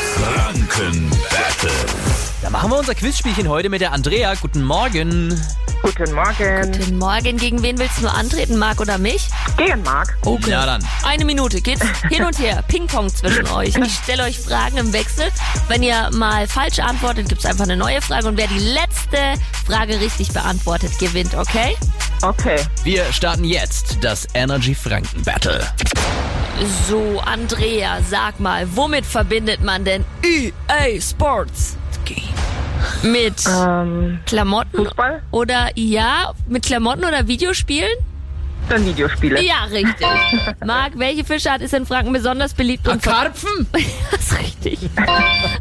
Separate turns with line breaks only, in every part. Franken.
Da machen wir unser Quizspielchen heute mit der Andrea. Guten Morgen.
Guten Morgen.
Guten Morgen, gegen wen willst du nur antreten, Marc oder mich?
Gehen, Marc.
Okay. Na dann.
Eine Minute geht's hin und her, Ping-Pong zwischen euch. Ich stelle euch Fragen im Wechsel. Wenn ihr mal falsch antwortet, gibt's einfach eine neue Frage. Und wer die letzte Frage richtig beantwortet, gewinnt, okay?
Okay.
Wir starten jetzt das Energy Franken Battle.
So, Andrea, sag mal, womit verbindet man denn EA Sports? Mit
Ähm,
Klamotten
Fußball?
oder ja, mit Klamotten oder Videospielen?
dann Videospiele.
Ja, richtig. Marc, welche Fischart ist in Franken besonders beliebt und ver-
Karpfen?
Das ist richtig.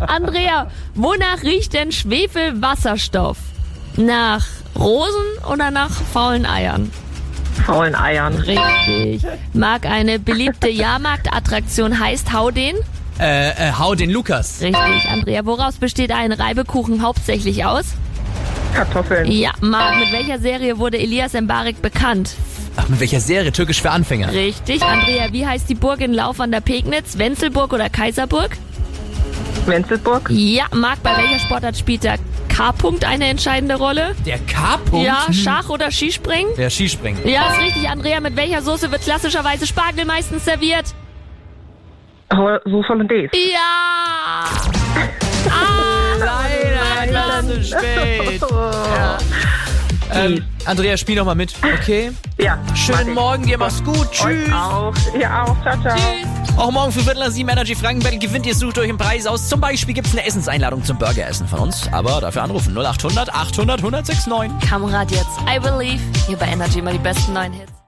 Andrea, wonach riecht denn Schwefelwasserstoff? Nach Rosen oder nach faulen Eiern?
Faulen Eiern.
Richtig. Mag eine beliebte Jahrmarktattraktion heißt Hau den?
Äh, äh, hau den Lukas.
Richtig. Andrea, woraus besteht ein Reibekuchen hauptsächlich aus?
Kartoffeln.
Ja, Marc, mit welcher Serie wurde Elias Mbarek bekannt?
Ach, mit welcher Serie? Türkisch für Anfänger.
Richtig. Andrea, wie heißt die Burg in Lauf an der Pegnitz? Wenzelburg oder Kaiserburg?
Wenzelburg.
Ja, Marc, bei welcher Sportart spielt der K-Punkt eine entscheidende Rolle?
Der K-Punkt?
Ja, Schach oder Skispringen?
Der Skispringen.
Ja, ist richtig, Andrea. Mit welcher Soße wird klassischerweise Spargel meistens serviert?
Ho- Sauce Hollandaise.
Ja!
Leider
etwas
zu spät. Ähm, Andrea, spiel noch mal mit, okay?
Ja. mach
Schönen
ich.
Morgen, dir mach's gut. Tschüss.
Euch auch. Ihr auch. Ciao, ciao.
Auch morgen für Viertel nach sieben Energy Franken Battle gewinnt ihr, sucht euch einen Preis aus. Zum Beispiel gibt's eine Essenseinladung zum Burgeressen von uns. Aber dafür anrufen 0800 800 1069.
Kamerad jetzt. I believe. Hier bei Energy immer die besten neuen Hits.